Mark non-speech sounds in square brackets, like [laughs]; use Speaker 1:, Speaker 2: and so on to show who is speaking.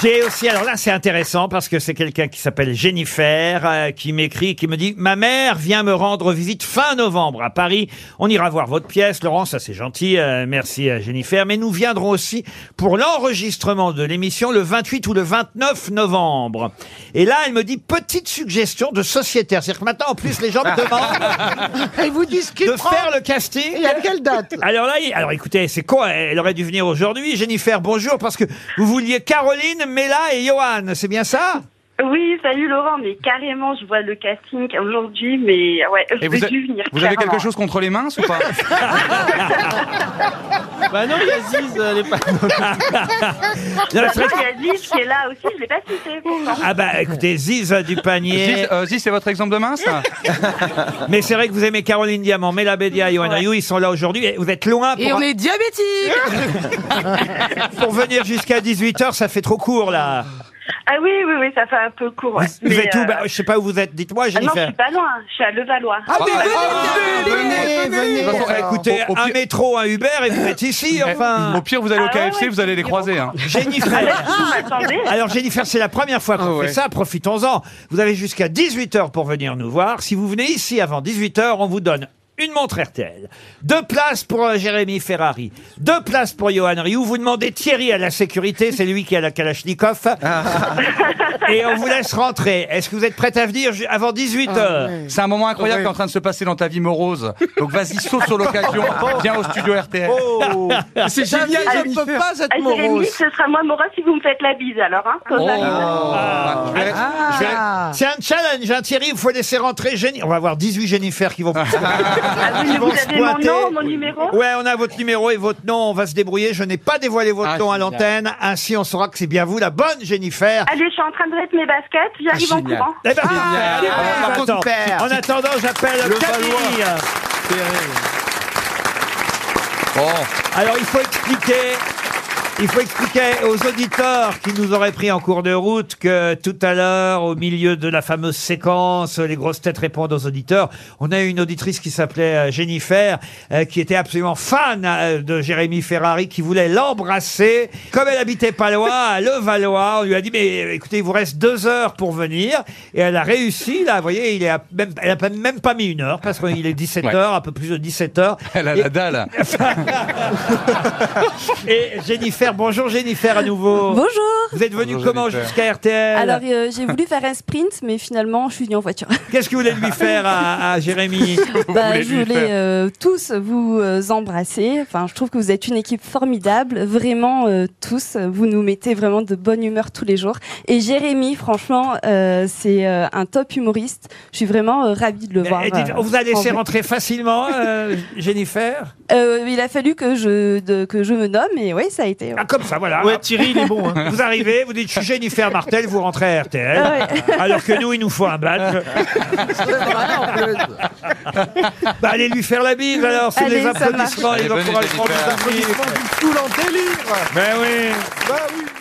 Speaker 1: Qui est aussi, alors là c'est intéressant parce que c'est quelqu'un qui s'appelle Jennifer, euh, qui m'écrit, qui me dit « Ma mère vient me rendre visite fin novembre à Paris. On ira voir votre pièce, Laurent, ça c'est gentil, euh, merci euh, Jennifer. Mais nous viendrons aussi pour l'enregistrement de l'émission le 28 ou le 29 novembre. » Et là elle me dit « Petite suggestion de sociétaire. » C'est-à-dire que maintenant en plus les gens me demandent
Speaker 2: Et vous disent
Speaker 1: de faire le casting.
Speaker 2: Et à quelle date
Speaker 1: Alors là, il- alors écoutez, c'est quoi Elle aurait dû venir aujourd'hui. Jennifer, bonjour, parce que vous vouliez Caroline, Mela et Johan, c'est bien ça
Speaker 3: Oui, salut Laurent, mais carrément, je vois le casting aujourd'hui, mais ouais, je
Speaker 4: Et
Speaker 3: vais
Speaker 4: vous, a-
Speaker 3: dû venir.
Speaker 4: vous avez
Speaker 3: clairement.
Speaker 4: quelque chose contre les mains
Speaker 3: [laughs]
Speaker 4: ou pas
Speaker 5: Bah non, Yaziz, elle est pas.
Speaker 1: Non,
Speaker 3: Bah,
Speaker 1: c'est vrai que-
Speaker 3: il y a Ziz qui est là aussi, je l'ai pas cité. pourtant.
Speaker 1: Ah bah écoutez, Ziz du panier.
Speaker 4: Ziz, euh, Ziz, c'est votre exemple de main, ça
Speaker 1: Mais c'est vrai que vous aimez Caroline Diamant, Mela Bédia et Johan Rioux, ils sont là aujourd'hui. Et Vous êtes loin pour,
Speaker 6: Et on est diabétique
Speaker 1: [laughs] pour venir jusqu'à 18h, ça fait trop court là.
Speaker 3: Ah oui, oui, oui, ça fait un peu court. ouais.
Speaker 1: Vous
Speaker 3: Mais,
Speaker 1: êtes
Speaker 3: euh,
Speaker 1: où Bah, Je sais pas où vous êtes, dites-moi
Speaker 3: ah non, je
Speaker 1: Jennifer.
Speaker 3: suis pas loin, je suis à Levallois.
Speaker 1: Ah, mais venez, venez,
Speaker 2: Venez, venez.
Speaker 4: De toute façon,
Speaker 1: venez. Écoutez,
Speaker 4: au, au
Speaker 1: un
Speaker 4: pire,
Speaker 1: métro, un Uber et vous êtes ici
Speaker 4: eh, au
Speaker 1: enfin.
Speaker 4: pire, vous allez au
Speaker 3: Ah ouais,
Speaker 4: KFC,
Speaker 3: ouais,
Speaker 4: vous allez les
Speaker 3: c'est
Speaker 4: croiser. hein.
Speaker 1: Jennifer.
Speaker 3: Vous m'attendez
Speaker 1: Alors Jennifer, c'est la première fois qu'on
Speaker 4: Ah ouais.
Speaker 1: fait ça, profitons-en. Vous avez jusqu'à 18h pour venir nous voir. Si vous venez ici avant 18h, on vous donne une montre RTL, deux places pour euh, Jérémy Ferrari, deux places pour Johan Rioux. Vous demandez Thierry à la sécurité, c'est lui qui a la Kalachnikov.
Speaker 4: Ah.
Speaker 1: Et on vous laisse rentrer. Est-ce que vous êtes prête à venir ju- avant
Speaker 4: Ah
Speaker 1: 18h
Speaker 4: C'est un moment incroyable qui est en train de se passer dans ta vie morose. Donc vas-y, saute sur [laughs] l'occasion, viens au studio RTL.
Speaker 5: C'est génial,
Speaker 6: je ne peux pas
Speaker 3: Ah,
Speaker 6: être
Speaker 3: Jérémy,
Speaker 6: morose.
Speaker 3: ce sera moi, Mora, si vous me faites la bise, alors. Hein, quand j'arrive.
Speaker 4: Ah.
Speaker 1: Ah,
Speaker 4: Je vais- je vais-
Speaker 1: C'est un challenge, hein, Thierry. Il faut laisser rentrer Jenny. On va avoir 18 Jennifer [laughs] qui vont.
Speaker 3: Ah oui,
Speaker 1: Ils
Speaker 3: mais
Speaker 1: vont
Speaker 3: vous
Speaker 1: se
Speaker 3: avez mon
Speaker 1: pointer.
Speaker 3: nom, mon numéro
Speaker 1: Ouais, on a votre numéro et votre nom, on va se débrouiller. Je n'ai pas dévoilé votre
Speaker 5: Ah,
Speaker 1: nom à
Speaker 5: génial.
Speaker 1: l'antenne, ainsi on saura que c'est bien vous, la bonne Jennifer.
Speaker 2: Ah,
Speaker 3: Allez, je suis en train de mettre mes baskets, j'arrive
Speaker 5: Ah,
Speaker 3: en
Speaker 5: génial.
Speaker 3: courant.
Speaker 1: Eh ben, allez,
Speaker 2: ouais,
Speaker 1: on
Speaker 2: Ah, par
Speaker 1: attend.
Speaker 2: contre, super.
Speaker 1: En attendant, j'appelle Camille.
Speaker 4: Oh, [laughs]
Speaker 1: Alors, il faut expliquer. Il faut expliquer aux auditeurs qui nous auraient pris en cours de route que tout à l'heure, au milieu de la fameuse séquence, les grosses têtes répondent aux auditeurs. On a eu une auditrice qui s'appelait euh, Jennifer, euh, qui était absolument fan euh, de Jérémy Ferrari, qui voulait l'embrasser. Comme elle habitait pas loin, à Levallois, on lui a dit, mais euh, écoutez, il vous reste deux heures pour venir. Et elle a réussi, là, vous voyez, il est à même, elle a même pas mis une heure, parce qu'il est 17
Speaker 4: Ouais.
Speaker 1: heures, un peu plus de 17 heures.
Speaker 4: elle a
Speaker 1: Et-
Speaker 4: la dalle.
Speaker 1: et Jennifer, bonjour Jennifer à nouveau.
Speaker 7: Bonjour
Speaker 1: Vous êtes venu
Speaker 4: Bonjour,
Speaker 1: comment
Speaker 4: Jennifer.
Speaker 1: jusqu'à RTL
Speaker 7: Alors euh, j'ai voulu faire un sprint mais finalement je suis venue en voiture.
Speaker 1: Qu'est-ce que vous voulez lui faire à, à Jérémy
Speaker 7: Bah,
Speaker 4: voulez
Speaker 7: [laughs] je
Speaker 4: lui
Speaker 7: voulais
Speaker 4: faire
Speaker 7: euh, tous vous euh, embrasser. Enfin je trouve que vous êtes une équipe formidable. Vraiment euh, tous, euh, vous nous mettez vraiment de bonne humeur tous les jours. Et Jérémy franchement euh, c'est euh, un top humoriste. Je suis vraiment euh, ravie de le voir.
Speaker 1: Et dites,
Speaker 7: euh,
Speaker 1: On vous a laissé
Speaker 7: en vrai.
Speaker 1: rentrer facilement, euh, Jennifer
Speaker 7: Euh, il a fallu que je, de- que je me nomme et oui ça a été. ouais.
Speaker 1: Ah, comme ça, voilà.
Speaker 5: Ouais, Thierry, il est bon. Hein.
Speaker 1: Vous arrivez, vous dites, je suis Jennifer Martel, vous rentrez à RTL.
Speaker 7: Ah ouais.
Speaker 1: Alors que nous, il nous faut
Speaker 5: [laughs]
Speaker 1: un badge. Bah, allez lui faire la bise alors, c'est
Speaker 7: Allez,
Speaker 1: les
Speaker 7: ça marche.
Speaker 1: applaudissements, et les
Speaker 4: Allez, venez,
Speaker 1: encouragements de
Speaker 4: Jennifer.
Speaker 1: Jean-Philippe.
Speaker 2: Tout l'en délire
Speaker 1: Mais oui.
Speaker 2: Bah oui